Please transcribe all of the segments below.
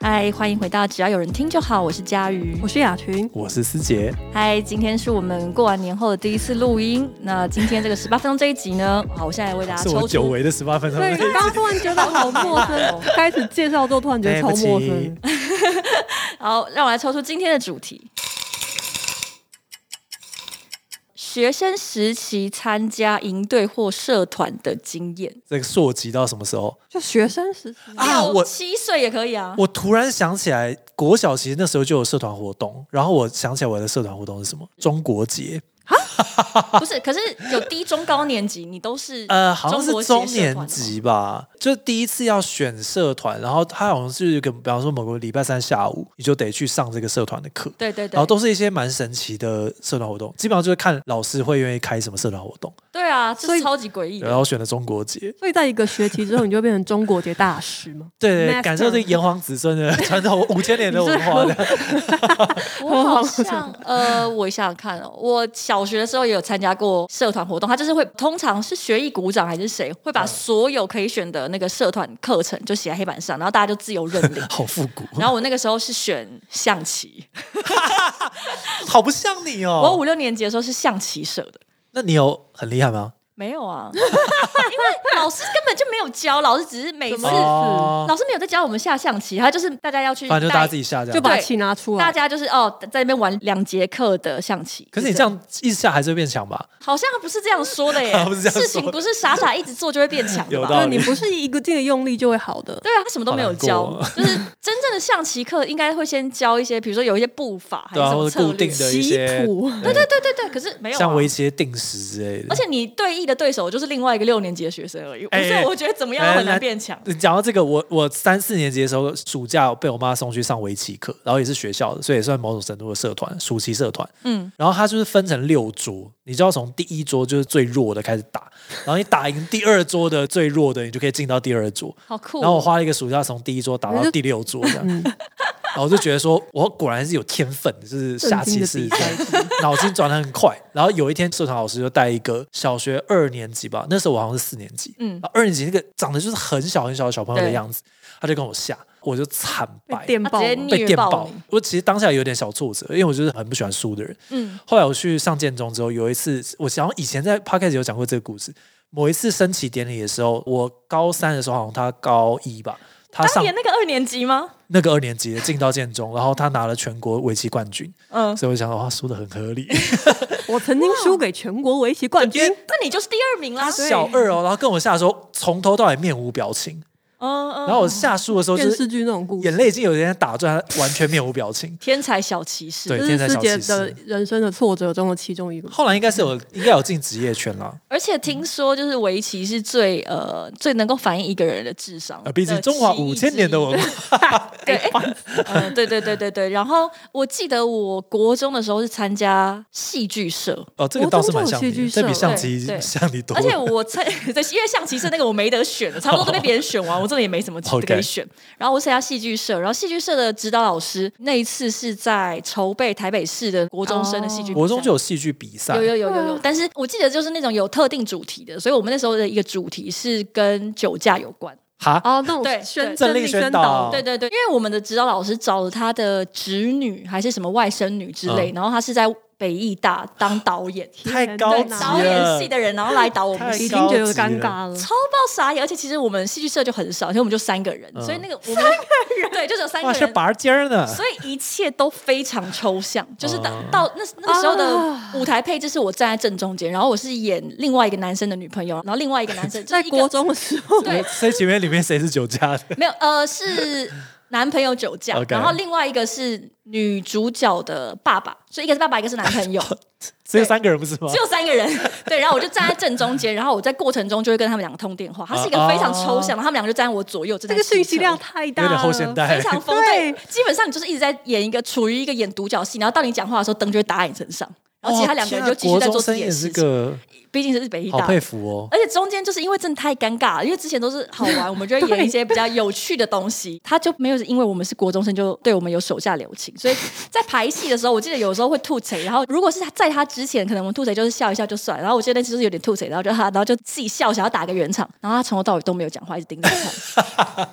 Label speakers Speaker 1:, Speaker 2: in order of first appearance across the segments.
Speaker 1: 嗨，欢迎回到只要有人听就好，我是佳瑜
Speaker 2: 我。是雅 群，
Speaker 3: 我是思杰，
Speaker 1: 嗨，今天是我们过完年后的第一次录音。那今天这个十八分钟这一集呢，好，我现在为大家
Speaker 3: 是我
Speaker 1: 抽
Speaker 3: 久
Speaker 1: 出
Speaker 3: 违的十八分钟。
Speaker 2: 对，刚刚突然觉得好陌 生，哦开始介绍之后突然觉得超陌
Speaker 3: 对
Speaker 2: 生。
Speaker 1: 好，让我来抽出今天的主题。学生时期参加营队或社团的经验，
Speaker 3: 这个溯及到什么时候
Speaker 2: 就学生时期，
Speaker 3: 啊？
Speaker 1: 六
Speaker 3: 我
Speaker 1: 七岁也可以啊。
Speaker 3: 我突然想起来，国小其实那时候就有社团活动，然后我想起来我的社团活动是什么？中国节，
Speaker 1: 不是，可是有低中高年级，你都是
Speaker 3: 啊呃，好像是中年
Speaker 1: 级。
Speaker 3: 级吧，就第一次要选社团，然后他好像是一个，比方说某个礼拜三下午，你就得去上这个社团的课。
Speaker 1: 对对对
Speaker 3: 然后，都是一些蛮神奇的社团活动，基本上就是看老师会愿意开什么社团活动，
Speaker 1: 对啊，这
Speaker 2: 所
Speaker 1: 是
Speaker 2: 以
Speaker 1: 超级诡异
Speaker 3: 然
Speaker 1: 的。
Speaker 3: 后选了中国节，
Speaker 2: 所以在一个学期之后，你就变成中国节大师嘛？Master
Speaker 3: 对对，感受这个炎黄子孙的传统五千年的文 化的。。
Speaker 1: 我好像 呃，我想想看哦，我小学的时候也有参加过社团活动，他就是会通常是学艺鼓掌还是谁会把所有可以选的那个社团课程就写在黑板上，然后大家就自由认 领
Speaker 3: 好复古，
Speaker 1: 然后我那个时候是选象棋，
Speaker 3: 好不像你
Speaker 1: 我
Speaker 3: 哦。
Speaker 1: 五六年级的时候是象棋社的。
Speaker 3: 那你有很厉害吗？
Speaker 1: 没有啊，因为老师根本就没有教，老师只是每
Speaker 2: 什
Speaker 1: 次
Speaker 2: 么意思
Speaker 3: 哦
Speaker 1: 老师没有在教我们下象棋，他就是大家要去带，
Speaker 3: 反正就大家自己下这
Speaker 2: 就
Speaker 3: 样。
Speaker 2: 把
Speaker 1: 对
Speaker 2: 气拿出
Speaker 1: 大
Speaker 2: 来。
Speaker 1: 家就是哦，在那边玩两节课的象棋。
Speaker 3: 可是你这样一下还是会变强吧？，
Speaker 1: 好像不是这样说的耶
Speaker 3: 不是这样说
Speaker 1: 事情不是傻傻一直做就会变强的
Speaker 3: 有
Speaker 1: 吧
Speaker 3: 道？
Speaker 2: 那
Speaker 3: 理
Speaker 2: 你不是一个劲的用力就会好的，
Speaker 1: 对啊，他什么都没有教
Speaker 3: 好难过，
Speaker 1: 就是真正的象棋课应该会先教一些，比如说有一些步法还
Speaker 3: 对
Speaker 1: 是
Speaker 3: 啊，
Speaker 1: 什
Speaker 3: 或
Speaker 1: 么
Speaker 3: 者
Speaker 1: 策
Speaker 3: 固
Speaker 1: 略。
Speaker 3: 定的一些
Speaker 2: 棋谱，
Speaker 3: 对对
Speaker 1: 对对对，可是没有、啊。
Speaker 3: 像围棋的定时之类的。
Speaker 1: 而且你对弈的对手就是另外一个六年级的学生而已，
Speaker 3: 哎
Speaker 1: 所以我觉得怎么样都很难变强。
Speaker 3: 你哎讲到这个，我我三四年级的时候，暑假被我妈送去上围棋课，然后也是学校的，所以也算某种程度的社团，暑期社团。
Speaker 1: 嗯，
Speaker 3: 然后它就是分成六桌，你就要从第一桌就是最弱的开始打，然后你打赢第二桌的最弱的，你就可以进到第二桌。
Speaker 1: 好酷、
Speaker 3: 然后我花了一个暑假从第一桌打到第六桌这样，然后我就觉得说，我果然是有天分，就是下棋是这样
Speaker 2: 震惊
Speaker 3: 脑筋转的很快。然后有一天，社团老师就带一个小学二年级吧，那时候我好像是四年级，
Speaker 1: 嗯
Speaker 3: 嗯，二年级那个长得就是很小很小的小朋友的
Speaker 1: 对
Speaker 3: 样子，他就跟我下，我就惨败
Speaker 2: 被。电
Speaker 1: 他
Speaker 2: 爆
Speaker 1: 直接
Speaker 2: 吗。
Speaker 3: 被
Speaker 1: 虐
Speaker 3: 电
Speaker 1: 爆
Speaker 3: 爆
Speaker 1: 你，
Speaker 3: 我其实当下有点小挫折，因为我就是很不喜欢输的人。
Speaker 1: 嗯，
Speaker 3: 后来我去上建中之后，有一次，我想以前在 podcast 有讲过这个故事。某一次升旗典礼的时候，我高三的时候，好像他高一吧，他
Speaker 1: 当
Speaker 3: 上
Speaker 1: 年那个二年级吗？
Speaker 3: 那个二年级的进到建中，然后他拿了全国围棋冠军，
Speaker 1: 嗯，
Speaker 3: 所以我想说哇，输的很合 理。
Speaker 2: 我曾经输给全国围棋冠军，
Speaker 1: 那你就是第二名啦。
Speaker 3: 小二哦，然后跟我下的时候，从头到尾面无表情，
Speaker 1: 嗯嗯，。
Speaker 3: 然后我下输的时候就
Speaker 2: 电
Speaker 3: 是
Speaker 2: 视剧那种故事
Speaker 3: 眼。泪已经有点打转，完全面无表情
Speaker 1: 天才小骑士。
Speaker 3: 对
Speaker 2: 这
Speaker 3: 天
Speaker 2: 是
Speaker 3: 才
Speaker 2: 师
Speaker 3: 小
Speaker 2: 姐
Speaker 3: 骑
Speaker 2: 的
Speaker 3: 士
Speaker 2: 人生的挫折中的其中一个。
Speaker 3: 后来应该是有，应该有进职业圈啦。
Speaker 1: 而且听说，就是围棋是最呃最能够反映一个人的智商
Speaker 3: 呃，
Speaker 1: 的
Speaker 3: 毕
Speaker 1: 棋艺之一，
Speaker 3: 竟中华五千年的文化，
Speaker 1: 对， 哎呃，对对对对对。然后我记得我国中的时候是参加戏剧社，
Speaker 3: 哦，这个
Speaker 2: 国
Speaker 3: 倒
Speaker 2: 中
Speaker 3: 是蛮
Speaker 2: 就有
Speaker 3: 像
Speaker 2: 戏
Speaker 3: 你，
Speaker 2: 剧
Speaker 3: 这比
Speaker 2: 社
Speaker 3: 象
Speaker 1: 对
Speaker 3: 棋
Speaker 1: 对
Speaker 3: 像你多
Speaker 1: 而
Speaker 3: 了。
Speaker 1: 且我参 对，因为象棋社那个我没得选，差不多都被别人选完，我真的也没什么可以
Speaker 3: OK
Speaker 1: 选。然后我参加戏剧社，然后戏剧社的指导老师那一次是在筹备台北市的国中生的戏剧比赛，
Speaker 3: 国中就有戏剧比赛
Speaker 1: 有，有有有有，但是我记得就是那种有特定主题的，所以我们那时候的一个主题是跟酒驾有关。
Speaker 3: 哈，
Speaker 2: 哦，那
Speaker 1: 对
Speaker 2: 种宣
Speaker 3: 政令宣导
Speaker 1: 对对对，因为我们的指导老师找了他的侄女还是什么外甥女之
Speaker 3: 嗯
Speaker 1: 类，然后他是在北艺大当导 演，
Speaker 3: 太高级
Speaker 2: 天哪
Speaker 1: 导演
Speaker 3: 了
Speaker 1: 系，的人，然后来导我们
Speaker 3: 太
Speaker 2: 已
Speaker 1: 戏，
Speaker 2: 经觉得尴尬了。
Speaker 1: 超爆傻眼。而且其实我们戏剧社就很少，而且我们就三个人，所以那个我们对，就是有三个
Speaker 3: 嗯哇，是
Speaker 1: 人。
Speaker 3: 拔尖儿呢。
Speaker 1: 所以一切都非常抽象，就是
Speaker 2: 啊
Speaker 1: 到、
Speaker 3: 嗯
Speaker 1: 到那那个时候的舞台配置是我站在正中间，然后我是演另外一个男生的女朋友，然后另外一个男 生就是
Speaker 2: 在
Speaker 1: 一个
Speaker 2: 国中的时候，
Speaker 1: 对
Speaker 3: 所以前面里面谁是酒驾的？
Speaker 1: 没有，呃，是男朋友酒驾
Speaker 3: OK
Speaker 1: 然后另外一个是女主角的爸爸，所以一个是爸爸，一个是男 朋友，
Speaker 2: 哦
Speaker 3: 只有三个人不是吗
Speaker 1: 只？有三个人。对，然后我就站在正中间，然后我在过程中就会跟他们两个通电话。他是一个非常抽象的，他们两个就站在我左右，这
Speaker 2: 啊这个讯息量。太大
Speaker 3: 有
Speaker 2: 了，
Speaker 3: 点后现代
Speaker 1: 非，常疯，对
Speaker 2: 对，
Speaker 1: 基本上你就是一直在演一个处于一个演独角戏，然后到你讲话的时候，灯就会打在你身上，然后其他两
Speaker 3: 哦
Speaker 1: 个人就继
Speaker 3: 啊
Speaker 1: 续在做自己的事
Speaker 3: 是
Speaker 1: 情。
Speaker 3: 个
Speaker 1: 毕竟是北医
Speaker 3: 好
Speaker 1: 大，
Speaker 3: 佩服哦。
Speaker 1: 而且中间就是因为真的太尴尬了，因为之前都是好玩，我们 就会演一些比较有趣的东西，他就没有因为我们是国中生就对我们有手下留情，所以在排戏的时候，我记得有时候会吐槽，然后如果是在他之前，可能我们吐槽就是笑一笑就算，然后我记得那次就是有点吐槽，然后就 他，然后就自己笑，想要打个圆场，然后他从头到尾都没有讲话，一直盯着我看。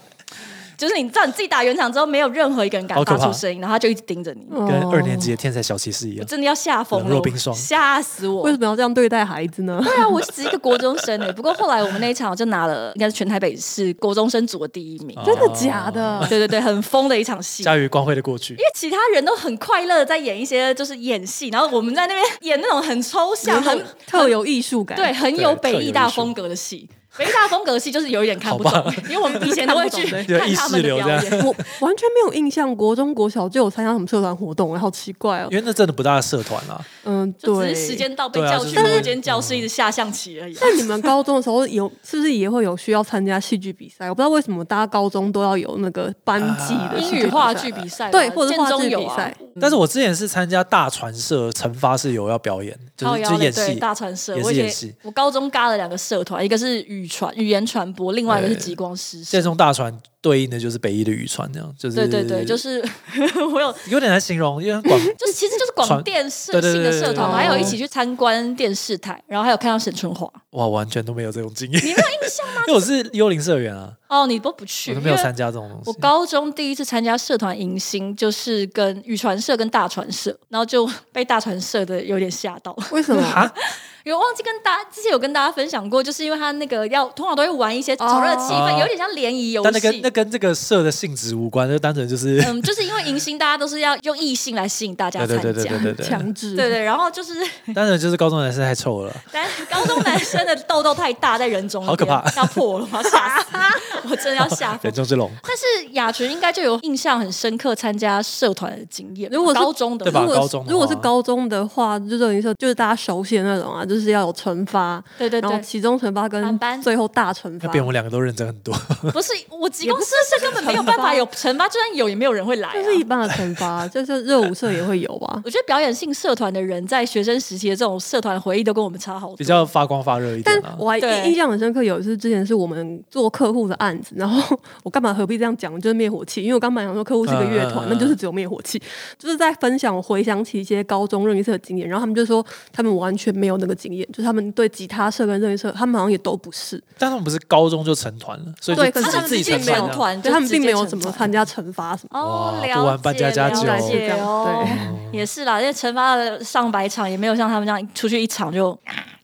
Speaker 1: 就是你知道你自己打圆场之后，没有任何一个人敢
Speaker 3: 好可
Speaker 1: 发
Speaker 3: 怕嗯
Speaker 1: 出声音，然后他就一直盯着你，
Speaker 3: 跟
Speaker 2: 哦
Speaker 3: 二年级的天才小骑士
Speaker 1: 哎
Speaker 3: 一
Speaker 1: 我
Speaker 3: 样。
Speaker 1: 真的要吓疯
Speaker 3: 冷
Speaker 1: 了
Speaker 3: 若冰，霜
Speaker 1: 吓死我
Speaker 2: 为！什么要这样对待孩子呢？
Speaker 1: 对啊，我只是一个国中生哎、不过后来我们那一场我就拿了，应该是全台北市国中生组啊的第一名。
Speaker 3: 哦
Speaker 2: 真的假 的？
Speaker 1: 对对对，很疯的一场戏。
Speaker 3: 家于光辉的过去
Speaker 1: 因，为其他人都很快乐，在演一些就是演戏，然后我们在那边演那种很抽象、
Speaker 2: 有一
Speaker 1: 很
Speaker 2: 种特有艺术感，
Speaker 1: 对，很有
Speaker 3: 特
Speaker 1: 北
Speaker 3: 有
Speaker 1: 艺
Speaker 3: 艺
Speaker 1: 大
Speaker 3: 术
Speaker 1: 风格的戏。北艺大风格的戏就是有一点看不
Speaker 3: 好吧
Speaker 1: 懂，因为我们以前都会去
Speaker 2: 看
Speaker 3: 不懂
Speaker 1: 看他们的
Speaker 3: 有意识流
Speaker 1: 表
Speaker 3: 这样
Speaker 1: 演。
Speaker 2: 我完全没有印象，国中、国小就有参加什么社团活动，好奇怪哦
Speaker 3: 因。为那真的不大的社团啊啦。
Speaker 2: 嗯，
Speaker 1: 就只
Speaker 2: 对。
Speaker 1: 是时间到被
Speaker 3: 对啊
Speaker 1: 叫
Speaker 3: 就
Speaker 1: 去
Speaker 3: 是
Speaker 1: 某间教室一直下象棋而已啊。
Speaker 2: 那你们高中的时候有是不是也会有需要参加戏剧比赛？我不知道为什么大家高中都要有那个班级的
Speaker 1: 啊英
Speaker 2: 戏剧
Speaker 1: 语
Speaker 2: 比
Speaker 1: 话
Speaker 2: 赛
Speaker 1: 剧比赛吧，
Speaker 2: 对，或者
Speaker 1: 建
Speaker 2: 是话
Speaker 1: 中
Speaker 2: 剧
Speaker 1: 有
Speaker 2: 比
Speaker 1: 啊
Speaker 2: 赛，
Speaker 3: 但是我之前是参加大传社，惩罚是有要表演，就
Speaker 1: 靠
Speaker 3: 是
Speaker 1: 腰
Speaker 3: 就
Speaker 1: 嘞
Speaker 3: 演
Speaker 1: 哦对
Speaker 3: 戏，
Speaker 1: 大传社，
Speaker 3: 也
Speaker 1: 我
Speaker 3: 是
Speaker 1: 以
Speaker 3: 演
Speaker 1: 前
Speaker 3: 戏。
Speaker 1: 我高中嘎了两个社团，一个是语传语言传播，另外一个是极光师
Speaker 3: 建
Speaker 1: 社。
Speaker 3: 中大船对应的就是北一的渔船，这样就是
Speaker 1: 对对对，就是 我有，
Speaker 3: 有点难形容，因为广
Speaker 1: 就是其实就是广
Speaker 3: 传
Speaker 1: 电社
Speaker 3: 对对
Speaker 1: 性的
Speaker 3: 对对哦
Speaker 1: 社团，
Speaker 2: 对
Speaker 1: 我还有
Speaker 2: 对
Speaker 1: 一起去参观电视台，然后还有看到沈春华。
Speaker 3: 哇完全都没有这种经验，
Speaker 1: 你没有印象吗？
Speaker 3: 因为我是幽灵社员啊，
Speaker 1: 哦，你都不去，
Speaker 3: 我都
Speaker 1: 因
Speaker 3: 没有
Speaker 1: 为
Speaker 3: 参加这种东西。
Speaker 1: 我高中第一次参加社团迎新，就是跟语传社跟大传社，然后就被大传社的有点吓到。
Speaker 2: 为 什么？
Speaker 1: 有忘记跟大家之前有跟大家分享过，就是因为他那个要通常都会玩一些炒热气氛，
Speaker 3: 哦
Speaker 1: 有点像联谊游戏。
Speaker 3: 但那跟那跟这个社的性质无关，就单纯就是、
Speaker 1: 嗯，就是因为迎新，大家都是要用异性来吸引大家
Speaker 3: 对
Speaker 1: 参
Speaker 3: 对
Speaker 1: 加。
Speaker 3: 对对对对对，
Speaker 2: 强制
Speaker 1: 对对然后就是，
Speaker 3: 单纯就是高中男生太臭了，
Speaker 1: 但高中男生的痘痘太大，在人中
Speaker 3: 好可怕
Speaker 1: 那边要破了，我要吓 死，我真的要 吓疯
Speaker 3: 人。中之龙。
Speaker 1: 但是雅群应该就有印象很深刻参加社团的经验，
Speaker 2: 如果是
Speaker 1: 高中的
Speaker 3: 对吧
Speaker 1: 话
Speaker 2: 如果是
Speaker 3: 高中的话
Speaker 2: 如果是高中的话，就等于说就是大家熟悉的那种啊，就是要有惩罚，
Speaker 1: 对对
Speaker 2: 然后
Speaker 1: 对，
Speaker 2: 期中惩罚
Speaker 1: 班
Speaker 2: 跟
Speaker 1: 班
Speaker 2: 最后大惩罚
Speaker 3: 那。比我们两个都认真很多，
Speaker 1: 不是我极光社是根本没有办法有惩罚，就算有也没有人会来、啊。
Speaker 2: 就是一般的惩罚，啊就是热舞社也会有啊 吧。
Speaker 1: 我觉得表演性社团的人在学生时期的这种社团回忆都跟我们差好多。
Speaker 3: 比较发光发热一点
Speaker 2: 但
Speaker 3: 啊。
Speaker 2: 我还
Speaker 1: 对
Speaker 2: 印印象很深刻，有一次之前是我们做客户的案子，然后 我干嘛何必这样讲？就是灭火器，因为我刚本来想说客户是一个乐团，
Speaker 3: 嗯嗯嗯
Speaker 2: 那就是只有灭火器，就是在分享我回想起一些高中热音社的经验，然后他们就说他们完全没有那个经验，就是他们对吉他社跟热音社，他们好像也都不是，
Speaker 3: 但他们不是高中就成团了，所以就
Speaker 2: 对可
Speaker 3: 自
Speaker 2: 是
Speaker 3: 己
Speaker 2: 他们
Speaker 3: 自己
Speaker 2: 毕竟
Speaker 3: 成
Speaker 2: 没
Speaker 3: 团
Speaker 2: 有
Speaker 3: 了。
Speaker 1: 团
Speaker 2: 对他们并没有怎
Speaker 1: 怎
Speaker 2: 么参加惩罚什么。
Speaker 1: 哦，
Speaker 3: 哇
Speaker 1: 了
Speaker 3: 不玩扮家家
Speaker 1: 解了
Speaker 2: 酒
Speaker 1: 解哦
Speaker 2: 对，
Speaker 1: 也是啦，因为惩罚了上百场，也没有像他们这样出去一场就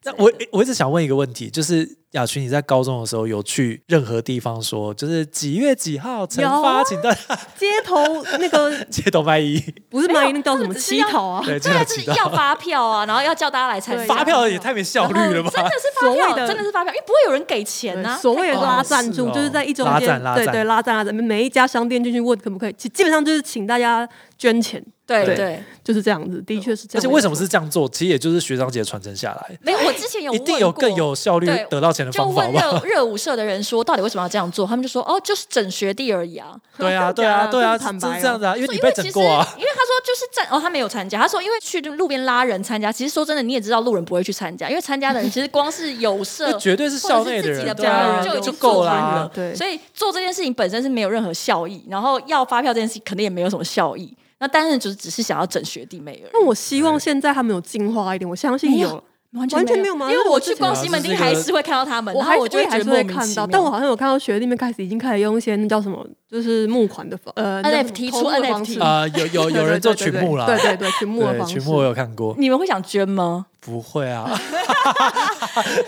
Speaker 3: 那我我一直想问一个问题，就是雅群，你在高中的时候有去任何地方说，就是几月几号惩
Speaker 2: 有
Speaker 3: 罚，
Speaker 2: 啊
Speaker 3: 请大家
Speaker 2: 街头那个
Speaker 3: 街头卖艺，
Speaker 2: 不是卖啊淫，那叫什么
Speaker 1: 只是
Speaker 2: 乞
Speaker 1: 要
Speaker 2: 讨啊？
Speaker 3: 对，这
Speaker 1: 对啊，
Speaker 3: 样
Speaker 1: 就是
Speaker 3: 提到
Speaker 1: 要发票啊，然后要叫大家来参加，
Speaker 2: 对
Speaker 3: 发票也太没效率了吧
Speaker 1: 啊然后真？的是发
Speaker 2: 所谓
Speaker 1: 票，
Speaker 2: 的
Speaker 1: 真的是发票，因为不会有人给钱呐、
Speaker 2: 对所谓的拉
Speaker 3: 哦
Speaker 2: 赞
Speaker 3: 是
Speaker 2: 助，
Speaker 3: 哦
Speaker 2: 就是在一中
Speaker 3: 拉
Speaker 2: 间
Speaker 3: 赞，拉
Speaker 2: 对
Speaker 3: 赞
Speaker 2: 对，拉赞拉赞，每一家商店进去问可不可以，其基本上就是请大家捐钱，
Speaker 1: 对
Speaker 2: 对
Speaker 1: 对，
Speaker 2: 就是这样子，的确是这样。
Speaker 3: 而且为什么是这样做？其实也就是学长姐传承下来，
Speaker 1: 没有，我之前有
Speaker 3: 一定
Speaker 1: 问
Speaker 3: 有
Speaker 1: 过
Speaker 3: 更有效率
Speaker 1: 对
Speaker 3: 得到钱的
Speaker 1: 就
Speaker 3: 方法
Speaker 1: 问 热
Speaker 3: 吧？
Speaker 1: 热舞社的人说，到底为什么要这样做？他们就说，哦，就是整学弟而已啊。
Speaker 3: 对啊，对
Speaker 2: 真的假
Speaker 3: 啊，
Speaker 2: 的
Speaker 3: 对啊，
Speaker 2: 这么坦
Speaker 3: 是
Speaker 2: 白
Speaker 3: 这样子啊，因为
Speaker 1: 因
Speaker 3: 你
Speaker 1: 为
Speaker 3: 被
Speaker 1: 其
Speaker 3: 整
Speaker 1: 实，
Speaker 3: 过啊。
Speaker 1: 因为他说就是站哦，他没有参加。他说因为去路边拉人参加，其实说真的，你也知道路人不会去参加，因为参加的人其实光是 有社
Speaker 3: 那，绝对是校
Speaker 1: 或者
Speaker 3: 内
Speaker 1: 是自己
Speaker 3: 人，
Speaker 1: 的
Speaker 3: 对啊，
Speaker 2: 家人
Speaker 1: 就已
Speaker 3: 就够
Speaker 1: 经
Speaker 2: 做完
Speaker 3: 啦
Speaker 2: 了。对
Speaker 1: 所以做这件事情本身是没有任何效益，然后要发票这件事情肯定也没有什么效益。那但是就是只是想要整学弟妹而
Speaker 2: 那
Speaker 1: 已。
Speaker 2: 我希望现在他们有进化一点，我相信
Speaker 1: 没有啊
Speaker 2: 有。
Speaker 1: 完
Speaker 2: 完全没有吗
Speaker 1: 因为我去逛
Speaker 3: 对啊
Speaker 1: 西门町
Speaker 3: 这是一
Speaker 1: 还
Speaker 3: 个
Speaker 1: 是会看到他们，然
Speaker 2: 还
Speaker 1: 后
Speaker 2: 我
Speaker 1: 就会
Speaker 2: 也
Speaker 1: 觉
Speaker 2: 还
Speaker 1: 得
Speaker 2: 是
Speaker 1: 莫
Speaker 2: 会
Speaker 1: 名其
Speaker 2: 看
Speaker 1: 妙
Speaker 2: 到，但我好像有看到学弟妹开始已经开始用一些那叫什么，就是募款的方呃
Speaker 1: NFT
Speaker 2: 投募的方式
Speaker 1: 出 NFT
Speaker 3: 啊，有有有人做
Speaker 2: 对对
Speaker 3: 曲
Speaker 2: 对
Speaker 3: 目啦，
Speaker 2: 对对对，群募的
Speaker 3: 对，
Speaker 2: 方式
Speaker 3: 曲，目啊我有看过，
Speaker 1: 你们会想捐吗？
Speaker 3: 不会啊，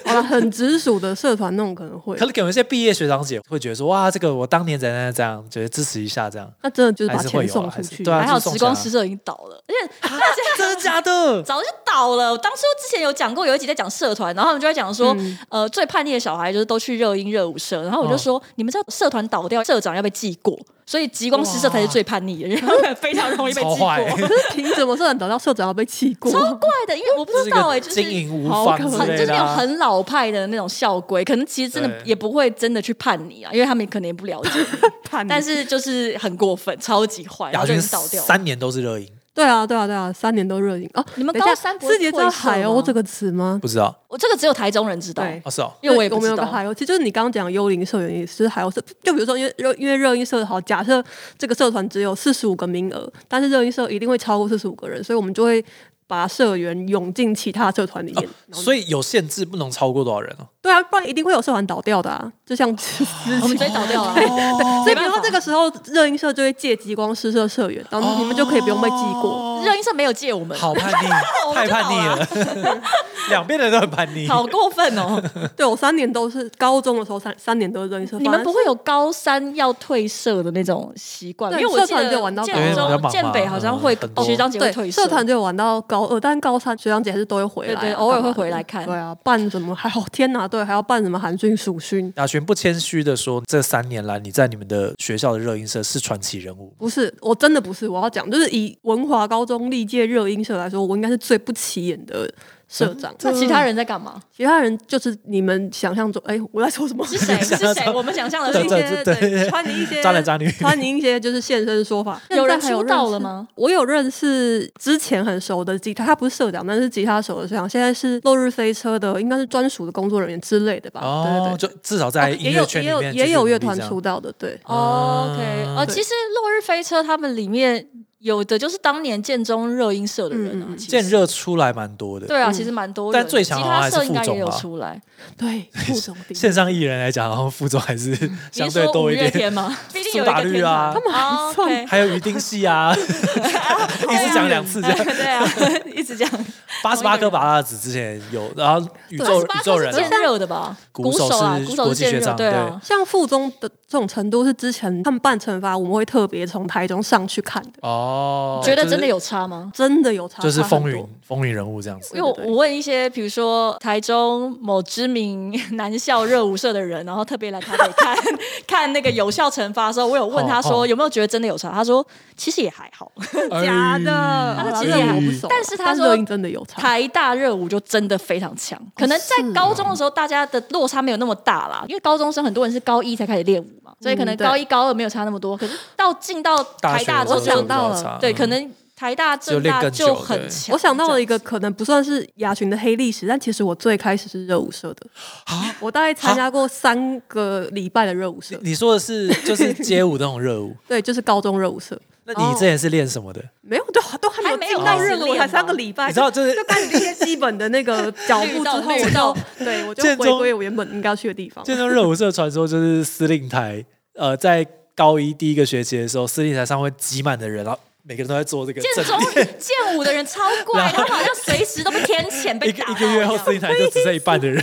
Speaker 2: 好了，很直属的社团那种可能会
Speaker 3: 可，能给有一些毕业学长姐会觉得说，哇，这个我当年怎样怎样怎样，觉得支持一下这样，
Speaker 2: 那真的就是
Speaker 3: 还
Speaker 2: 把
Speaker 3: 是
Speaker 2: 钱
Speaker 3: 会有啊
Speaker 2: 送出
Speaker 3: 还是
Speaker 2: 去，
Speaker 3: 对啊
Speaker 1: 还好
Speaker 3: 就是送
Speaker 1: 时光
Speaker 3: 钱啊
Speaker 1: 时社已经倒了，而且
Speaker 3: 真的假的？
Speaker 1: 早就倒了。我当初之前有讲过，有一集在讲社团，然后他们就在讲说，
Speaker 2: 嗯
Speaker 1: 呃，最叛逆的小孩就是都去热音热舞社，然后我就
Speaker 2: 哦
Speaker 1: 说，你们知道社团倒掉，社长要被记过，所以极光诗社才是最叛逆的，因为他们非常容易被记
Speaker 3: 超
Speaker 1: 过。
Speaker 3: 坏，
Speaker 1: 怪
Speaker 2: 可是凭什么社团找到社长要被气过？
Speaker 1: 的，因为我不
Speaker 3: 这
Speaker 1: 知
Speaker 3: 是一
Speaker 1: 道哎、
Speaker 3: 个
Speaker 1: 就
Speaker 3: 经
Speaker 1: 是。
Speaker 3: 营无
Speaker 2: 好
Speaker 3: 法
Speaker 2: 可
Speaker 3: 之
Speaker 1: 很就
Speaker 3: 类
Speaker 1: 是
Speaker 3: 的
Speaker 1: 那种
Speaker 3: 啊，
Speaker 1: 很老派的那种校规，可能其实真的
Speaker 3: 对
Speaker 1: 也不会真的去叛逆啊，因为他们可能也不了解 你，
Speaker 2: 叛逆
Speaker 1: 但是就是很过分，超级坏，然
Speaker 3: 亚
Speaker 1: 后就
Speaker 3: 军
Speaker 1: 已经倒掉了。
Speaker 3: 三年都哎是热音，
Speaker 2: 对啊，对啊，对啊，三年都热映哦。
Speaker 1: 你们
Speaker 2: 等一
Speaker 1: 高
Speaker 2: 下
Speaker 1: 三不会
Speaker 2: 四节知道
Speaker 1: 退社
Speaker 2: 海
Speaker 1: 吗
Speaker 2: 鸥这个词吗？
Speaker 3: 不知道
Speaker 1: 我这个只有台中人知道，
Speaker 2: 对
Speaker 3: 哦，是哦，
Speaker 1: 因为我也
Speaker 2: 就
Speaker 1: 不
Speaker 2: 我们
Speaker 1: 知
Speaker 2: 有个
Speaker 1: 道。
Speaker 2: 海鸥，其实就是你刚刚讲的幽灵社员也是海鸥社，就比如说因为热因为热映社好，假设这个社团只有四十五个名额，但是热映社一定会超过四十五个人，所以我们就会。把社员涌进其他社团里
Speaker 1: 哦
Speaker 2: 面，然后
Speaker 3: 哦所以有限制，不能超过多少人哦、
Speaker 2: 对啊，不然一定会有社团倒掉的啊，就像之
Speaker 1: 我们
Speaker 2: 前
Speaker 1: 直接倒掉了。
Speaker 3: 哦，
Speaker 2: 所以，
Speaker 1: 没
Speaker 2: 比
Speaker 1: 办法
Speaker 2: 如说这个时候，热音社就会借激光施舍社员，然后你们就可以不用被记过。
Speaker 1: 热音社没有借 我们，
Speaker 3: 好叛逆，太叛逆了， 两边的人都很叛逆。
Speaker 1: 啊好过分 哦！
Speaker 2: 对我三年都是高中的时候三三年都是热音社，
Speaker 1: 你们
Speaker 2: 反
Speaker 1: 不
Speaker 2: 正
Speaker 1: 会有高三要退社的那种习惯吗，因
Speaker 2: 对
Speaker 1: 为我记
Speaker 2: 社团就玩
Speaker 1: 得
Speaker 2: 到
Speaker 1: 建
Speaker 3: 高
Speaker 1: 中、
Speaker 3: 三
Speaker 1: 建北好像会
Speaker 3: 嗯很多
Speaker 1: 学长姐会
Speaker 2: 对
Speaker 1: 退
Speaker 2: 社团就有玩到高二，但高三学长姐还是都会回来啊、
Speaker 1: 对对偶尔
Speaker 2: 干嘛
Speaker 1: 会
Speaker 2: 的
Speaker 1: 回来看
Speaker 2: 对啊，办什么还好，天哪，对，还要办什么寒训、暑训。
Speaker 3: 雅璇不谦虚的说，这三年来你在你们的学校的热音社是传奇人物。
Speaker 2: 不是，我真的不是，我要讲，就是以文华高中历届热音社来说，我应该是最不起眼的社长。
Speaker 1: 那其他人在干嘛？
Speaker 2: 其他人就是你们想象中，哎、我在说什 么？
Speaker 1: 是 谁？是谁？我们想 象的
Speaker 2: 就是一
Speaker 1: 谁
Speaker 2: 些
Speaker 3: 对对对
Speaker 2: 对穿你一些
Speaker 3: 渣男渣女
Speaker 2: 穿你一些就是现身说法。
Speaker 1: 有人
Speaker 2: 现在还
Speaker 1: 出道了
Speaker 2: 认识
Speaker 1: 吗？
Speaker 2: 我有认识之前很熟的吉他，他不是社长，但是吉他手的社长，现在是落日飞车的，应该是专属的工作人员之类的吧？
Speaker 1: 啊
Speaker 3: 哦，
Speaker 2: 对对对。
Speaker 3: 就至少
Speaker 2: 哦
Speaker 3: 在音
Speaker 2: 也
Speaker 3: 乐
Speaker 2: 有
Speaker 3: 圈
Speaker 2: 也
Speaker 3: 里
Speaker 2: 有
Speaker 3: 面
Speaker 2: 也有
Speaker 3: 继续努力
Speaker 2: 乐
Speaker 3: 这样
Speaker 2: 团出道的， 对，
Speaker 1: 哦 OK，
Speaker 3: 嗯
Speaker 1: 呃，
Speaker 2: 对
Speaker 1: 其实落日飞车他们里面有的就是当年建中热音社的人啊
Speaker 2: 嗯，
Speaker 1: 其实
Speaker 3: 建热出来蛮多的。
Speaker 1: 对啊，
Speaker 2: 嗯
Speaker 1: 其实蛮多人，
Speaker 3: 但最强
Speaker 1: 吉
Speaker 3: 好像
Speaker 1: 他
Speaker 3: 还是
Speaker 1: 社应该
Speaker 3: 副总
Speaker 1: 也有
Speaker 3: 吧
Speaker 1: 出来。
Speaker 2: 对，副总比
Speaker 3: 线上艺人来讲，然后副总 还是
Speaker 1: 你
Speaker 3: 相
Speaker 1: 是
Speaker 3: 对
Speaker 1: 说
Speaker 3: 多
Speaker 1: 五
Speaker 3: 一
Speaker 1: 月
Speaker 3: 点。
Speaker 1: 天吗？ 毕竟
Speaker 3: 苏
Speaker 1: 有一
Speaker 3: 打
Speaker 1: 个
Speaker 3: 绿
Speaker 1: 天堂
Speaker 3: 啊
Speaker 1: 他们
Speaker 2: 还
Speaker 1: 还
Speaker 2: 算
Speaker 3: 还有于丁 系啊，一直讲两次这样。
Speaker 1: 对 啊，一直讲。
Speaker 3: 八十八
Speaker 1: 哎
Speaker 3: 颗拔蜡子之前有，然后宇宙宇宙人
Speaker 1: 是
Speaker 3: 啊
Speaker 1: 建热的吧？
Speaker 3: 鼓
Speaker 1: 手
Speaker 3: 手
Speaker 1: 啊，
Speaker 3: 是
Speaker 1: 鼓手
Speaker 3: 国际
Speaker 1: 建
Speaker 3: 学
Speaker 1: 热，
Speaker 3: 长
Speaker 1: 对啊。
Speaker 2: 像附中的这种程度是之前他们办惩罚，我们会特别从台中上去看的，
Speaker 3: 哦，
Speaker 1: 觉得真的有差吗？
Speaker 2: 真的有差，
Speaker 3: 就是，就是
Speaker 2: 差很
Speaker 3: 风
Speaker 2: 多
Speaker 3: 云风云人物这样子
Speaker 2: 对
Speaker 1: 因为我我问一些，比如说台中某知名男校热舞社的人，然后特别来台北 看看那个有效惩罚的时候，我有问他
Speaker 3: 哦
Speaker 1: 说
Speaker 3: 哦
Speaker 1: 有没有觉得真的有差，他说其实也还 好。
Speaker 2: 假的，
Speaker 3: 哎
Speaker 1: 他
Speaker 2: 好啦
Speaker 1: 其实
Speaker 2: 这个
Speaker 1: 也
Speaker 2: 我不熟啊，
Speaker 1: 但是他
Speaker 2: 但
Speaker 1: 说
Speaker 2: 热音真的有差，
Speaker 1: 台大热舞就真的非常强，
Speaker 3: 哦
Speaker 1: 可能在
Speaker 2: 是
Speaker 1: 高中的时候大家的落差没有那么大
Speaker 3: 啊
Speaker 1: 啦，因为高中生很多人是高一才开始练舞嘛，所以可
Speaker 3: 嗯
Speaker 1: 能
Speaker 2: 对
Speaker 1: 高一高二没有差那么多，可是到进到台大之
Speaker 3: 我
Speaker 1: 后，
Speaker 2: 想
Speaker 3: 想
Speaker 2: 到了
Speaker 1: 对，可能台大政
Speaker 3: 就啊练
Speaker 1: 大
Speaker 3: 更久
Speaker 1: 就很
Speaker 3: 对
Speaker 1: 强。
Speaker 2: 我想到
Speaker 1: 这样
Speaker 2: 了一个可能不算是雅群的黑历史，但其实我最开始是热舞社的，
Speaker 3: 啊
Speaker 2: 我大概参加过三个礼拜的热舞社，
Speaker 3: 你说的是就是街舞那种热 舞，
Speaker 2: 对，就是高中热舞社，哦
Speaker 3: 那
Speaker 1: 哦
Speaker 3: 你之前是练什么的？
Speaker 2: 没有，都都还没
Speaker 1: 还
Speaker 2: 有
Speaker 1: 没
Speaker 2: 进
Speaker 1: 有
Speaker 2: 到
Speaker 1: 开始
Speaker 2: 热舞，
Speaker 1: 练
Speaker 2: 才
Speaker 1: 吗
Speaker 2: 三个礼拜，
Speaker 3: 你知道就是
Speaker 2: 就开始一些基本的 那个脚步
Speaker 1: 绿
Speaker 2: 之
Speaker 1: 道
Speaker 2: 后，
Speaker 1: 绿道
Speaker 2: 我就对我就
Speaker 3: 建
Speaker 2: 回
Speaker 3: 中
Speaker 2: 归我原本应该要去的地方。
Speaker 3: 建中热舞社传说就是司令台，呃，在高一第一个学期的时候，司令台上会挤满的人，然后每个人都在做这个
Speaker 1: 建
Speaker 3: 正
Speaker 1: 中
Speaker 3: 念。
Speaker 1: 建武的人超怪， 他们好像随时都被天谴 被
Speaker 3: 一
Speaker 1: 打
Speaker 3: 个
Speaker 1: 到
Speaker 3: 一个月后，司
Speaker 1: 样
Speaker 3: 令台就只剩一半的人，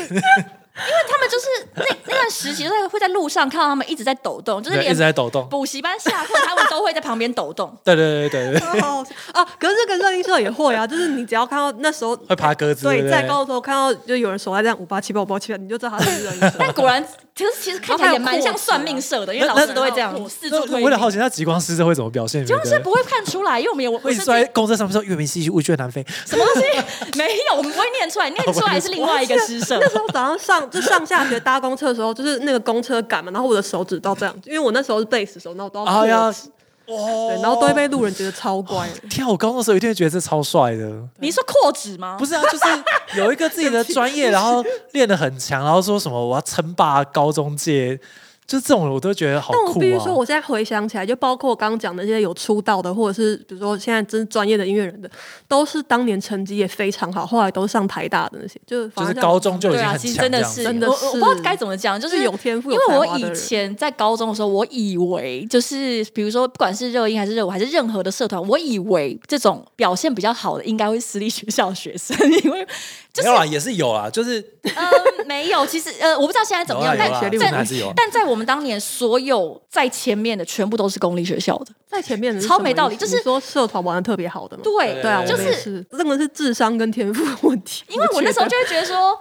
Speaker 1: 他们就是那那段时期，就是会在路上看到他们一直在抖动，就是
Speaker 3: 对， 一直
Speaker 1: 连
Speaker 3: 在抖动。
Speaker 1: 补习班下课，他们都会在旁边抖动。
Speaker 3: 对对对对对对，
Speaker 2: 哦啊，可是这个热音社也会 啊，就是你只要看到那时候
Speaker 3: 会爬格子。对不
Speaker 2: 对，
Speaker 3: 对
Speaker 2: 在高的时候看到就有人手在这样五八七八五八七八，你就知道他是热音社。
Speaker 1: 但果然，其实其实看起来也蛮像算命社的，因为老师都会这样
Speaker 2: 那那
Speaker 1: 四处
Speaker 3: 那那
Speaker 1: 推
Speaker 3: 为了
Speaker 1: 命。
Speaker 3: 好奇，那极光师是会怎么表现？
Speaker 1: 结果
Speaker 3: 你
Speaker 1: 是
Speaker 3: 觉得
Speaker 1: 不会看出来，因为我们也我
Speaker 3: 会一
Speaker 1: 是
Speaker 3: 直坐在公车上面说“月明西去，乌鹊南飞
Speaker 1: 什么东西 没有，我们不会念出来，念出来是另外一个诗 社。
Speaker 2: 那时候早上上就上下学搭公车的时候，就是那个公车赶嘛，然后我的手指到这样，因为我那时候是贝斯手，那我都”。要
Speaker 3: 哎呀
Speaker 2: 握持，对，然后都会被路人觉得超乖的。
Speaker 3: 天啊！我高中的时候一定会觉得这超帅的。
Speaker 1: 你说扩指吗？
Speaker 3: 不是啊，就是 有一个自己的专业，然后练得很强，然后说什么我要称霸高中界，就这种我都觉得好
Speaker 2: 但
Speaker 3: 酷
Speaker 2: 我
Speaker 3: 啊。
Speaker 2: 必须说，我现在回想起来，就包括我刚刚讲的那些有出道的，或者是比如说现在真专业的音乐人的，都是当年成绩也非常好，后来都上台大的那些，就是
Speaker 3: 就
Speaker 2: 反
Speaker 3: 是
Speaker 2: 正
Speaker 3: 高中就已
Speaker 1: 对
Speaker 3: 经
Speaker 1: 啊，
Speaker 3: 很
Speaker 1: 其实
Speaker 3: 强，
Speaker 1: 真的
Speaker 3: 这
Speaker 1: 是，
Speaker 3: 样
Speaker 2: 真
Speaker 3: 子
Speaker 2: 的
Speaker 1: 我
Speaker 2: 是
Speaker 1: 我不知道该怎么讲，就是
Speaker 2: 是有天赋
Speaker 1: 因
Speaker 2: 有
Speaker 1: 为
Speaker 2: 才华
Speaker 1: 我
Speaker 2: 的人
Speaker 1: 以前在高中的时候，我以为就是比如说不管是热音还是热舞还是任何的社团，我以为这种表现比较好的应该会私立学校的学生， 因为就是
Speaker 3: 没有啦，啊也是有啦，就是
Speaker 1: 呃没有，其实呃我不知道现在怎么样，
Speaker 3: 有啦
Speaker 1: 但
Speaker 3: 有啦
Speaker 2: 学历
Speaker 3: 真
Speaker 2: 文
Speaker 3: 的
Speaker 1: 但
Speaker 3: 还是有啊。
Speaker 1: 但在我们当年，所有在前面的全部都是公立学校的，
Speaker 2: 在前面的是
Speaker 1: 超
Speaker 2: 什么
Speaker 1: 没
Speaker 2: 意思
Speaker 1: 道理就是
Speaker 2: 你说社团玩的特别好的嘛。
Speaker 1: 对
Speaker 2: 对啊，
Speaker 3: 就
Speaker 2: 我们也
Speaker 1: 是
Speaker 2: 是这个是智商跟天赋的问题，
Speaker 1: 因为我那时候
Speaker 2: 觉
Speaker 1: 就会觉得说，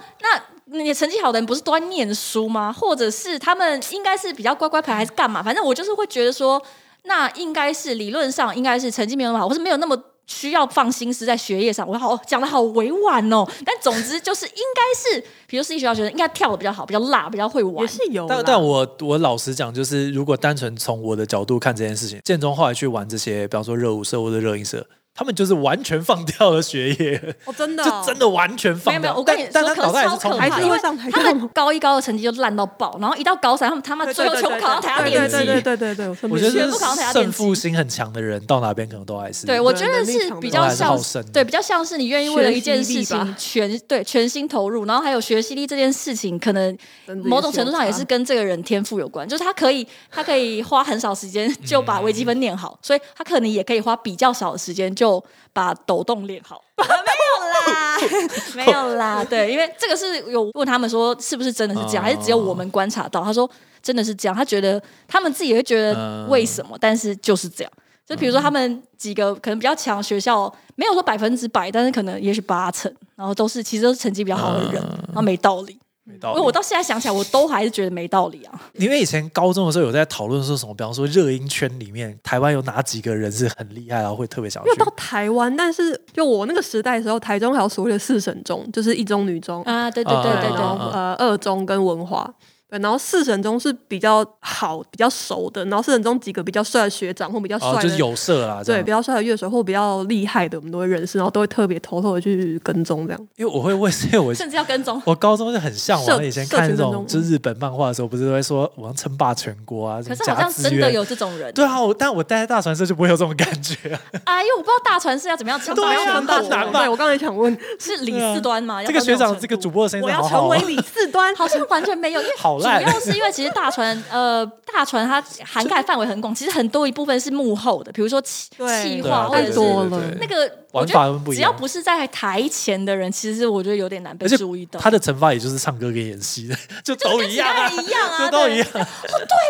Speaker 1: 那你成绩好的人不是都在念书吗？或者是他们应该是比较乖乖牌还是干嘛？反正我就是会觉得说，那应该是理论上应该是成绩没有那么好，或是没有那么。需要放心思在学业上，我好哦讲的好委婉哦。但总之就是，应该是，比如私立学校学生应该跳的比较好，比较辣，比较会
Speaker 2: 得也
Speaker 1: 玩。
Speaker 2: 是有啦，
Speaker 3: 但但我我老实讲，就是如果单纯从我的角度看这件事情，建中后来去玩这些，比方说热舞社或者热音社，他们就是完全放掉了学 业，
Speaker 2: 哦，真的、
Speaker 3: 就真的完全
Speaker 1: 没
Speaker 3: 放
Speaker 1: 有没有，
Speaker 3: 掉
Speaker 1: 我。跟
Speaker 3: 但
Speaker 1: 你说，
Speaker 3: 但他
Speaker 1: 可能
Speaker 3: 脑袋还
Speaker 1: 超
Speaker 3: 是
Speaker 1: 可怕，
Speaker 3: 从
Speaker 2: 还是
Speaker 1: 因
Speaker 2: 会
Speaker 1: 为
Speaker 2: 上台
Speaker 1: 他
Speaker 2: 大
Speaker 1: 们高一高的成绩就烂到爆，然后一到高三，他们他妈
Speaker 2: 对
Speaker 1: 最后
Speaker 2: 对
Speaker 1: 全
Speaker 2: 对
Speaker 1: 部
Speaker 2: 对
Speaker 1: 考到台大
Speaker 2: 对
Speaker 1: 电
Speaker 2: 对
Speaker 1: 机
Speaker 2: 对，对对对对，我身
Speaker 3: 我
Speaker 2: 边
Speaker 3: 觉
Speaker 2: 是
Speaker 1: 全
Speaker 3: 得
Speaker 1: 部考上台
Speaker 3: 是
Speaker 1: 大电
Speaker 3: 胜
Speaker 1: 机
Speaker 3: 负心很强的人，到哪边可能都还是
Speaker 1: 对，我
Speaker 2: 对
Speaker 1: 觉得
Speaker 2: 能力
Speaker 1: 是
Speaker 2: 强
Speaker 1: 比
Speaker 2: 的
Speaker 1: 较
Speaker 3: 人还是好
Speaker 1: 像
Speaker 3: 胜的
Speaker 1: 对比较像是你愿意为了一件事
Speaker 2: 学习力
Speaker 1: 情
Speaker 2: 吧
Speaker 1: 全对全心投入，然后还有学习力这件事情，可能
Speaker 2: 真的也
Speaker 1: 某种程度上也
Speaker 2: 是
Speaker 1: 是
Speaker 2: 有差
Speaker 1: 跟这个人天赋有关，就是他可以他可以花很少时间就把微积分练
Speaker 3: 嗯
Speaker 1: 好，所以他可能也可以花比较少的时间就把抖动练 好。没有啦，啊 没有啦，对，因为这个是有问他们说是不是真的是这
Speaker 3: 哦
Speaker 1: 样，还是只有我们观察到？他说真的是这样，他觉得他们自己也会觉得
Speaker 3: 嗯
Speaker 1: 为什么，但是就是这样。就比如说他们几个可能比较强的学校，没有说百分之百，但是可能也许八成，然后都是其实都是成绩比较好的人，
Speaker 3: 嗯
Speaker 1: 然后没道理。
Speaker 3: 没
Speaker 1: 因
Speaker 3: 道
Speaker 1: 为我
Speaker 3: 理。
Speaker 1: 到现在想起来，我都还是觉得没道理啊。
Speaker 3: 因为以前高中的时候有在讨论说什么，比方说热音圈里面台湾有哪几个人是很厉害，然后会特别想
Speaker 2: 没
Speaker 3: 要
Speaker 2: 有
Speaker 3: 去
Speaker 2: 到台湾，但是就我那个时代的时候，台中还有所谓的四省中，就是一中、女中、
Speaker 1: 啊，对
Speaker 3: 对对对对
Speaker 2: 然后
Speaker 3: 嗯
Speaker 2: 呃二中跟文华。对，然后四省中是比较好、比较熟的，然后四省中几个比较帅的学长或比较帅
Speaker 3: 哦，
Speaker 2: 的，
Speaker 3: 就是有色啦，这
Speaker 2: 对
Speaker 3: 样
Speaker 2: 比较帅的乐手或比较厉害的，我们都会认识，然后都会特别偷偷的去跟踪这样。
Speaker 3: 因为我会问，所以我
Speaker 1: 甚至要跟 踪。
Speaker 3: 我高中就很向往
Speaker 2: 社
Speaker 3: 以前看那
Speaker 2: 社群
Speaker 3: 种
Speaker 2: 运动
Speaker 3: 就是日本漫画的时候，不是都会说我要称霸全国啊，
Speaker 1: 可
Speaker 3: 什么
Speaker 1: 是好
Speaker 3: 甲
Speaker 1: 像
Speaker 3: 子
Speaker 1: 真的
Speaker 3: 园。
Speaker 1: 有这种人
Speaker 3: 对啊，我但我待在大传社就不会有这种感觉、啊。
Speaker 1: 啊，因为我不知道大船是要怎么样成
Speaker 3: 对
Speaker 1: 长，
Speaker 3: 啊
Speaker 1: 要成
Speaker 3: 大
Speaker 1: 到
Speaker 3: 很难吧
Speaker 2: 对我刚才想问，
Speaker 1: 是李四端吗？
Speaker 3: 这个学长，这个主
Speaker 1: 播
Speaker 3: 播的声音
Speaker 2: 我
Speaker 3: 真的
Speaker 2: 要
Speaker 3: 好好
Speaker 2: 成
Speaker 3: 哦、
Speaker 2: 为李四端，
Speaker 1: 好像完全没有，因为
Speaker 3: 好
Speaker 1: 主
Speaker 3: 烂
Speaker 1: 要是因为其实大船呃大船它涵盖范围很广，其实很多一部分是幕后的，比如说企
Speaker 2: 对
Speaker 1: 企
Speaker 3: 对啊
Speaker 1: 划或
Speaker 3: 对
Speaker 1: 者
Speaker 2: 太
Speaker 3: 对
Speaker 1: 是
Speaker 2: 多
Speaker 3: 对对
Speaker 2: 了
Speaker 1: 那个我
Speaker 3: 玩
Speaker 1: 觉
Speaker 3: 法
Speaker 1: 得
Speaker 3: 都不一
Speaker 1: 只要
Speaker 3: 样。
Speaker 1: 不是在台前的人，其实我觉得有点难被
Speaker 3: 而且
Speaker 1: 注意到。
Speaker 3: 他的惩罚也就是唱歌跟演戏的，就都一样
Speaker 1: 跟
Speaker 3: 啊，
Speaker 1: 其他人一样啊
Speaker 3: 就都一样。
Speaker 1: 对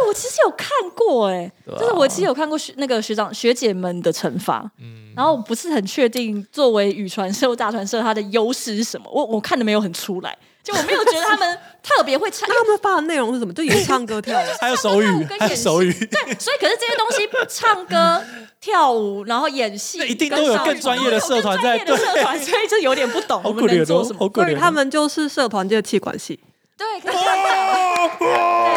Speaker 1: 我其实有看过、欸，
Speaker 3: 对啊
Speaker 1: 就是我其实有看过学那个学长学姐们的惩罚，
Speaker 3: 嗯
Speaker 1: 然后我不是很确定作为语传社、大传社它的优势是什么，我我看的没有很出来，就我没有觉得他们 特别会唱，因为
Speaker 2: 那他们发的内容是什么？就也是唱歌跳舞，
Speaker 3: 还有
Speaker 1: 唱歌
Speaker 3: 手语
Speaker 1: 跟，
Speaker 3: 还有
Speaker 1: 演戏
Speaker 3: 手语，
Speaker 1: 对，所以可是这些东西，唱 歌、跳舞，然后演戏，
Speaker 3: 那一定
Speaker 1: 跟
Speaker 3: 都有
Speaker 1: 少女
Speaker 3: 更专业的社团在
Speaker 1: 有更专业的社团，所以就有点不懂
Speaker 3: 好
Speaker 1: 我
Speaker 3: 可
Speaker 1: 们
Speaker 3: 怜
Speaker 1: 能做什
Speaker 3: 哦，
Speaker 1: 么。
Speaker 3: 好可
Speaker 2: 所以
Speaker 3: 怜哦。
Speaker 2: 他们就是社团界的气管系。
Speaker 1: 对，可以这样讲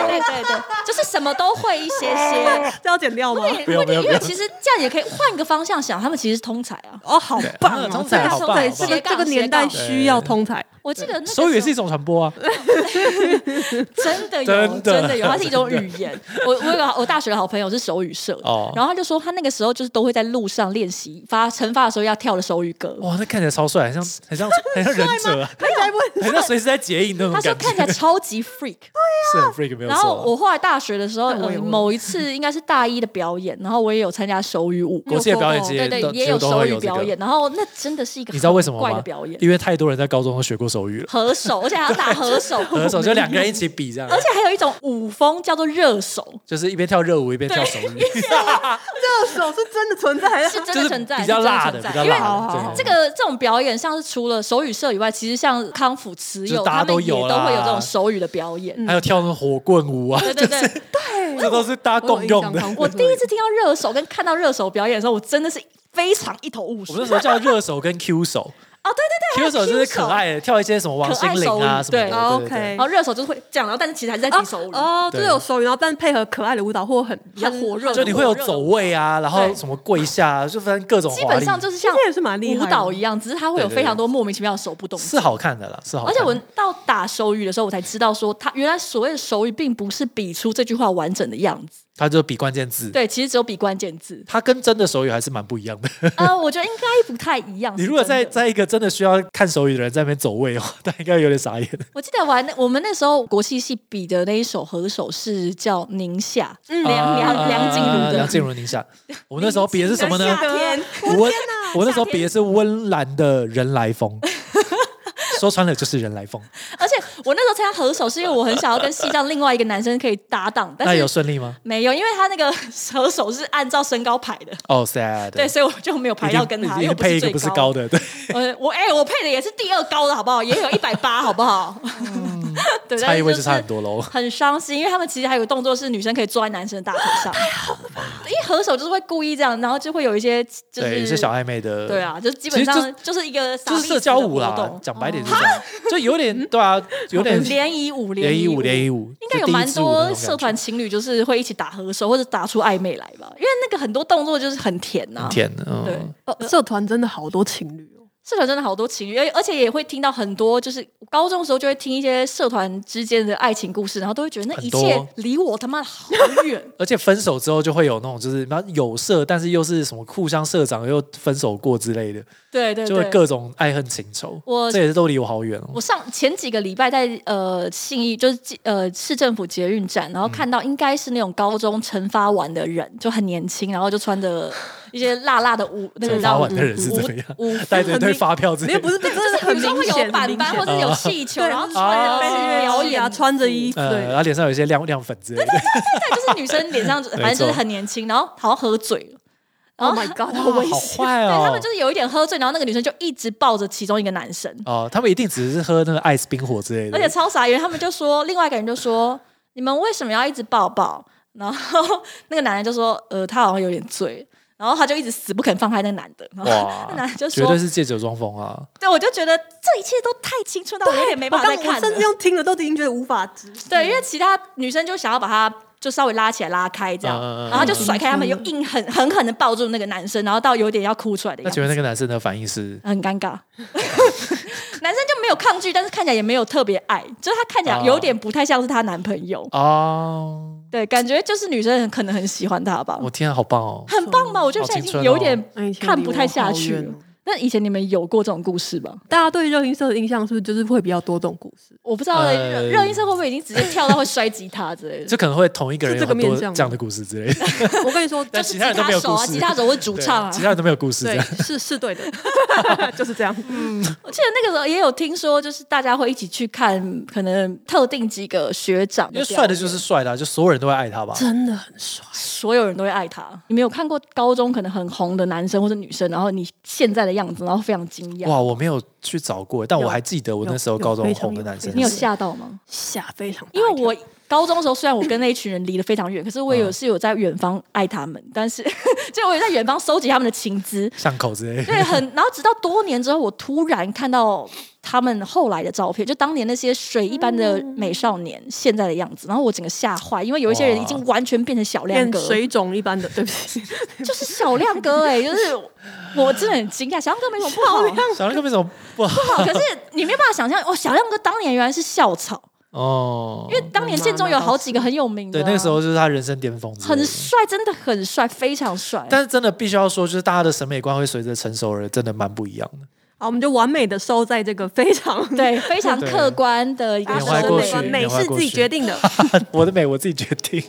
Speaker 1: 对对对对，就是什么都会一些 些。
Speaker 2: 这要剪掉吗？
Speaker 1: 哦对，
Speaker 3: 啊不要不要
Speaker 1: 因
Speaker 3: 不要
Speaker 1: 为其实这样也可以换个方向想，他们其实是通才啊。
Speaker 2: 哦，好棒
Speaker 3: 对
Speaker 2: 哦！
Speaker 3: 通才
Speaker 2: 这个
Speaker 3: 好棒
Speaker 2: 对
Speaker 3: 好棒
Speaker 2: 这个这个年代需要通才，
Speaker 1: 我记得那个时
Speaker 3: 手
Speaker 1: 候
Speaker 3: 语也是一种传播啊，
Speaker 1: 真的有，
Speaker 3: 真的
Speaker 1: 真的有，它是一 种语言。我我有个我大学的好朋友是手语社的，
Speaker 3: 哦
Speaker 1: 然后他就说他那个时候就是都会在路上练习发惩罚的时候要跳的手语歌。
Speaker 3: 哇，那看起来超帅，很像很像很像忍者啊，
Speaker 2: 他在问
Speaker 3: 很像随时在结印那种
Speaker 1: 他说
Speaker 3: 感觉
Speaker 1: 看起来，超级 freak，
Speaker 3: 是很 freak 没有
Speaker 1: 然后
Speaker 3: 错啊。
Speaker 1: 我后来大学的时候，
Speaker 2: 但我也
Speaker 1: 呃
Speaker 2: 会
Speaker 1: 某一次应该是大一的表演，然后我也有参加手语舞，
Speaker 3: 国际的表演节
Speaker 1: 对对
Speaker 3: 都，
Speaker 1: 也
Speaker 3: 几乎都
Speaker 1: 手
Speaker 3: 会
Speaker 1: 语
Speaker 3: 这个
Speaker 1: 表演，然后那真的是一个
Speaker 3: 你知道为什么
Speaker 1: 很怪
Speaker 3: 吗
Speaker 1: 的表？演，
Speaker 3: 因为太多人在高中都学过手语了，
Speaker 1: 合手，而且还要打合 手，
Speaker 3: 合手就两个人一起比这样，
Speaker 1: 而且还有一种舞风叫做热手，
Speaker 3: 就是一边跳热舞一边跳手语，
Speaker 2: 热手是真的存在还
Speaker 1: 是真
Speaker 3: 就
Speaker 1: 的
Speaker 3: 是
Speaker 1: 存在，
Speaker 3: 比较
Speaker 1: 是真的
Speaker 3: 辣的，
Speaker 1: 存在
Speaker 3: 比较
Speaker 1: 因为
Speaker 3: 辣
Speaker 2: 好好
Speaker 3: 的
Speaker 2: 好。
Speaker 1: 这个这种表演，像是除了手语社以外，其实像康复慈
Speaker 3: 就
Speaker 1: 幼，
Speaker 3: 大家
Speaker 1: 他们
Speaker 3: 都
Speaker 1: 也
Speaker 3: 有啦
Speaker 1: 都会有这种手语的表演。
Speaker 3: 对还有跳那种火棍舞啊，
Speaker 1: 对对 对，
Speaker 3: 这都是大家
Speaker 2: 我
Speaker 3: 共
Speaker 2: 有印
Speaker 3: 用
Speaker 2: 象
Speaker 3: 的。
Speaker 2: 唐
Speaker 1: 我
Speaker 2: 国
Speaker 1: 第一次听到热手跟看到热手表演的时候，我真的是非常一头雾
Speaker 3: 我
Speaker 1: 水。
Speaker 3: 们那时候叫热手跟 Q 手
Speaker 1: 哦，对对对，还
Speaker 3: ，Q
Speaker 1: 有
Speaker 3: 手就是可爱的，跳一些什么王心凌啊什
Speaker 1: 可爱手舞
Speaker 3: 么的对。对
Speaker 2: 对
Speaker 3: 对
Speaker 1: 然后哦热手就是会这样，然后但是其实还是在
Speaker 2: 哦
Speaker 1: 提手舞。
Speaker 2: 哦，
Speaker 3: 对
Speaker 2: 就是有手语，然后但配合可爱的舞蹈或很比较
Speaker 1: 很
Speaker 2: 火
Speaker 1: 很
Speaker 2: 热的
Speaker 3: 就
Speaker 2: 舞，
Speaker 3: 你会有走位啊，然后
Speaker 1: 对
Speaker 3: 什么跪下啊，就反正各种
Speaker 1: 基
Speaker 3: 华
Speaker 1: 本
Speaker 3: 丽，
Speaker 1: 上就是
Speaker 2: 其
Speaker 1: 像
Speaker 2: 实也是蛮厉害
Speaker 1: 舞
Speaker 2: 的
Speaker 1: 蹈一样，只是它会有
Speaker 3: 对对
Speaker 1: 非常多莫名其妙的手部动作
Speaker 3: 是。好看的啦，是好
Speaker 1: 而
Speaker 3: 看
Speaker 1: 且
Speaker 3: 的。
Speaker 1: 我到打手语的时候，我才知道说，它原来所谓的手语并不是比出这句话完整的样子，
Speaker 3: 它就比关键字，
Speaker 1: 对，其实只有比关键字。
Speaker 3: 它跟真的手语还是蛮不一样的。
Speaker 1: 呃，我觉得应该不太一样。
Speaker 3: 你如果
Speaker 1: 是真
Speaker 3: 在
Speaker 1: 的
Speaker 3: 在一个真的需要看手语的人在那边走位的话，他应该有点傻眼。
Speaker 1: 我记得玩那我们那时候国戏系比的那一首合手是叫《宁夏》，呃
Speaker 2: 嗯
Speaker 1: 梁梁梁静茹
Speaker 3: 啊梁
Speaker 1: 的。
Speaker 3: 静茹宁夏。我们那时候比的是什么 呢？
Speaker 2: 夏天，
Speaker 3: 我我那时候比的是温岚的《人 来疯》，说穿了就是人来疯。
Speaker 1: 而且我那时候参加合手，是因为我很想要跟西藏另外一个男生可以搭档，
Speaker 3: 那
Speaker 1: 但
Speaker 3: 有
Speaker 1: 是
Speaker 3: 顺利吗？
Speaker 1: 没有，因为他那个 合手是按照身高排的，
Speaker 3: 哦、sad，
Speaker 1: 对，所以我就没有排到跟
Speaker 3: 一定
Speaker 1: 他，
Speaker 3: 一
Speaker 1: 又
Speaker 3: 定配一个
Speaker 1: 最
Speaker 3: 不是高
Speaker 1: 的。
Speaker 3: 的，对，
Speaker 1: 呃，我哎、我配的也是第二高的，好不好？也有一百八，好不好？ 对，
Speaker 3: 嗯差一位
Speaker 1: 但
Speaker 3: 就是差很多喽。
Speaker 1: 很伤心，因为他们其实还有个动作是女生可以坐在男生的大腿 上，因为合手就是会故意这样，然后就会有一些就
Speaker 3: 对，
Speaker 1: 是
Speaker 3: 有些小暧昧的，
Speaker 1: 对，啊，就基本
Speaker 3: 其实
Speaker 1: 上就是一个
Speaker 3: 就是社交舞啦，讲白点
Speaker 1: 哦
Speaker 3: 就是这样，就有点
Speaker 1: 嗯
Speaker 3: 对啊，有点
Speaker 1: 联谊舞，
Speaker 3: 联谊
Speaker 1: 舞，
Speaker 3: 舞，联
Speaker 1: 舞。
Speaker 3: 谊舞，
Speaker 1: 应该
Speaker 3: 就
Speaker 1: 有
Speaker 3: 第一
Speaker 1: 蛮
Speaker 3: 支舞那
Speaker 1: 多
Speaker 3: 种感
Speaker 1: 社团情侣就是会一起打合手或者打出暧昧来吧，因为那个很多动作就是很甜呐、
Speaker 3: 觉甜的，嗯
Speaker 1: 对，
Speaker 2: 哦社团真的好多情侣哦，
Speaker 1: 社团真的好多情侣，而而且也会听到很多，就是高中的时候就会听一些社团之间的爱情故事，然后都会觉得那一
Speaker 3: 很多。
Speaker 1: 切离我他妈好远
Speaker 3: 而且分手之后就会有那种就是那有社，但是又是什么互相社长又分手过之类的，
Speaker 1: 对对
Speaker 3: 就会
Speaker 1: 对，
Speaker 3: 各种爱恨情仇。
Speaker 1: 我
Speaker 3: 这也是都离我好远哦。
Speaker 1: 我上前几个礼拜在呃信义，就是呃市政府捷运站，
Speaker 3: 嗯
Speaker 1: 然后看到应该是那种高中惩罚完的人，就很年轻，然后就穿着一些辣辣的舞，那个
Speaker 3: 惩罚完的人是怎么样？
Speaker 1: 舞
Speaker 3: 带着一堆发票之
Speaker 2: 没
Speaker 3: 类
Speaker 2: 有不
Speaker 3: 的。
Speaker 2: 是，这真的
Speaker 1: 比
Speaker 2: 很
Speaker 1: 如说
Speaker 2: 明
Speaker 1: 会有
Speaker 2: 显，
Speaker 1: 板板或者有气球，
Speaker 3: 哦
Speaker 2: 对
Speaker 1: 然后穿着被
Speaker 2: 被
Speaker 1: 表
Speaker 2: 表
Speaker 1: 演
Speaker 2: 演啊，穿着衣服，
Speaker 3: 呃，
Speaker 2: 对，
Speaker 3: 然后脸上有一些亮亮粉之类的，
Speaker 1: 对，就是女生脸 上，反正就是很年轻，然后好像喝醉了。然后
Speaker 2: Oh my god，
Speaker 1: 好危
Speaker 3: 好
Speaker 1: 险！
Speaker 3: 坏
Speaker 1: 对他
Speaker 3: 哦
Speaker 1: 们就！是有一点喝醉，然后那个女生就一直抱着其中一个男生，
Speaker 3: 哦，他们一定只是喝那个艾斯冰火之类的
Speaker 1: 而，且超傻眼。他们就说，另外一个人就说：“你们为什么要一直抱抱？”然后那个男人就说：“呃，他好像有点醉。”然后他就一直死不肯放开那个男的。然后那男
Speaker 3: 哇
Speaker 1: 的就，
Speaker 3: 绝
Speaker 1: 说
Speaker 3: 对是借酒装疯啊！：“
Speaker 1: 对，我就觉得这一切都太青春到我有点没
Speaker 2: 我
Speaker 1: 办法
Speaker 2: 刚
Speaker 1: 再
Speaker 2: 我
Speaker 1: 看
Speaker 2: 甚
Speaker 1: 了
Speaker 2: 至。用听了都已经觉得无法支持。
Speaker 1: 对，因为其他女生就想要把他就稍微拉起来拉开这样，
Speaker 3: 嗯嗯嗯
Speaker 1: 然后他就甩开他们，又硬狠狠狠的抱住那个男生，然后到有点要哭出来的
Speaker 3: 那
Speaker 1: 样
Speaker 3: 请
Speaker 1: 子，嗯
Speaker 3: 问那个男生的反应是？
Speaker 1: 很尴尬。 男生就没有抗拒，但是看起来也没有特别爱，就是他看起
Speaker 3: 啊
Speaker 1: 来有点不太像是她男朋友，
Speaker 3: 哦，
Speaker 1: 对，感觉就是女生可能很喜欢他吧，
Speaker 3: 我天啊，好棒哦！
Speaker 1: 很棒吧？我觉得
Speaker 3: 好
Speaker 1: 现在已经
Speaker 3: 青春
Speaker 1: 有
Speaker 3: 哦
Speaker 1: 点
Speaker 2: 哎以前
Speaker 1: 看
Speaker 2: 离
Speaker 1: 不
Speaker 2: 我
Speaker 1: 太下
Speaker 2: 好
Speaker 1: 去
Speaker 2: 远
Speaker 1: 了
Speaker 2: 哦。
Speaker 1: 那以前你们有过这种故事吧？
Speaker 2: 大家对热音社的印象是不是就是会比较多这种故事？
Speaker 1: 我不知道，热
Speaker 3: 呃
Speaker 1: 热音社会不会已经直接跳到会摔吉他之类的？
Speaker 3: 就可能会同一个人
Speaker 2: 是这
Speaker 3: 有
Speaker 2: 个
Speaker 3: 很多
Speaker 2: 面向吗
Speaker 3: 这样的故事之类的，
Speaker 2: 我跟你说，
Speaker 1: 就
Speaker 3: 但
Speaker 1: 是
Speaker 3: 其
Speaker 1: 吉
Speaker 3: 他人都没
Speaker 1: 他
Speaker 3: 有
Speaker 1: 手啊，
Speaker 3: 故事
Speaker 1: 吉他手或主唱 啊，
Speaker 3: 其他人都没有故事这
Speaker 2: 对
Speaker 3: 样。，
Speaker 2: 是是对的， 嗯就是这样。
Speaker 1: 我记得那个时候也有听说，就是大家会一起去看，可能特定几个学长，
Speaker 3: 因为帅的就是帅的啊，就所有人都会爱他吧。
Speaker 2: 真的很帅，
Speaker 1: 所有人都会爱他。你没有看过高中可能很红的男生或者女生，然后你现在的样子，然后非常惊讶，
Speaker 3: 哇，我没有去找过，但我还记得我那时候
Speaker 2: 有
Speaker 3: 高中
Speaker 2: 非常
Speaker 3: 红的
Speaker 2: 有
Speaker 3: 男生
Speaker 2: 非常
Speaker 1: 你有
Speaker 3: 是，
Speaker 1: 吓到吗？
Speaker 2: 吓非常大
Speaker 1: 因
Speaker 2: 一跳，
Speaker 1: 为我高中的时候，虽然我跟那一群人离得非常远，可是我也
Speaker 3: 嗯
Speaker 1: 有是有在远方爱他们，但是 就我也在远方收集他们的情资。
Speaker 3: 巷口之类的。
Speaker 1: 对，啊很， 然后直到多年之后，我突然看到他们后来的照片，就当年那些水一般的美少年现在的样子，然后我整个吓坏，因为有一些人已经完全变成小亮
Speaker 2: 变
Speaker 1: 哥，
Speaker 2: 水肿一般的，对不起，
Speaker 1: 就是小亮哥哎、就是我真的很惊讶，小亮哥没什么不好，不
Speaker 3: 小亮哥为什么不好？
Speaker 1: 好，可是你没办法想象，哦，小亮哥当年原来是校草，
Speaker 3: 哦，
Speaker 1: 因为当年建中有好几个很有名的啊、
Speaker 3: 对那个时候就是他人生巅峰之类的，
Speaker 1: 很帅，真的很帅，非常帅。
Speaker 3: 但是真的必须要说，就是大家的审美观会随着成熟而真的蛮不一样的。
Speaker 2: 好，我们就完美的收在这个非常
Speaker 1: 对， 非常
Speaker 3: 对
Speaker 1: 客观的一个
Speaker 3: 缅
Speaker 1: 审
Speaker 3: 怀过
Speaker 1: 美
Speaker 3: 去
Speaker 2: 美
Speaker 3: 缅怀
Speaker 2: 是
Speaker 3: 过
Speaker 2: 自己
Speaker 3: 去
Speaker 2: 决定的。
Speaker 3: 我的美我自己决定。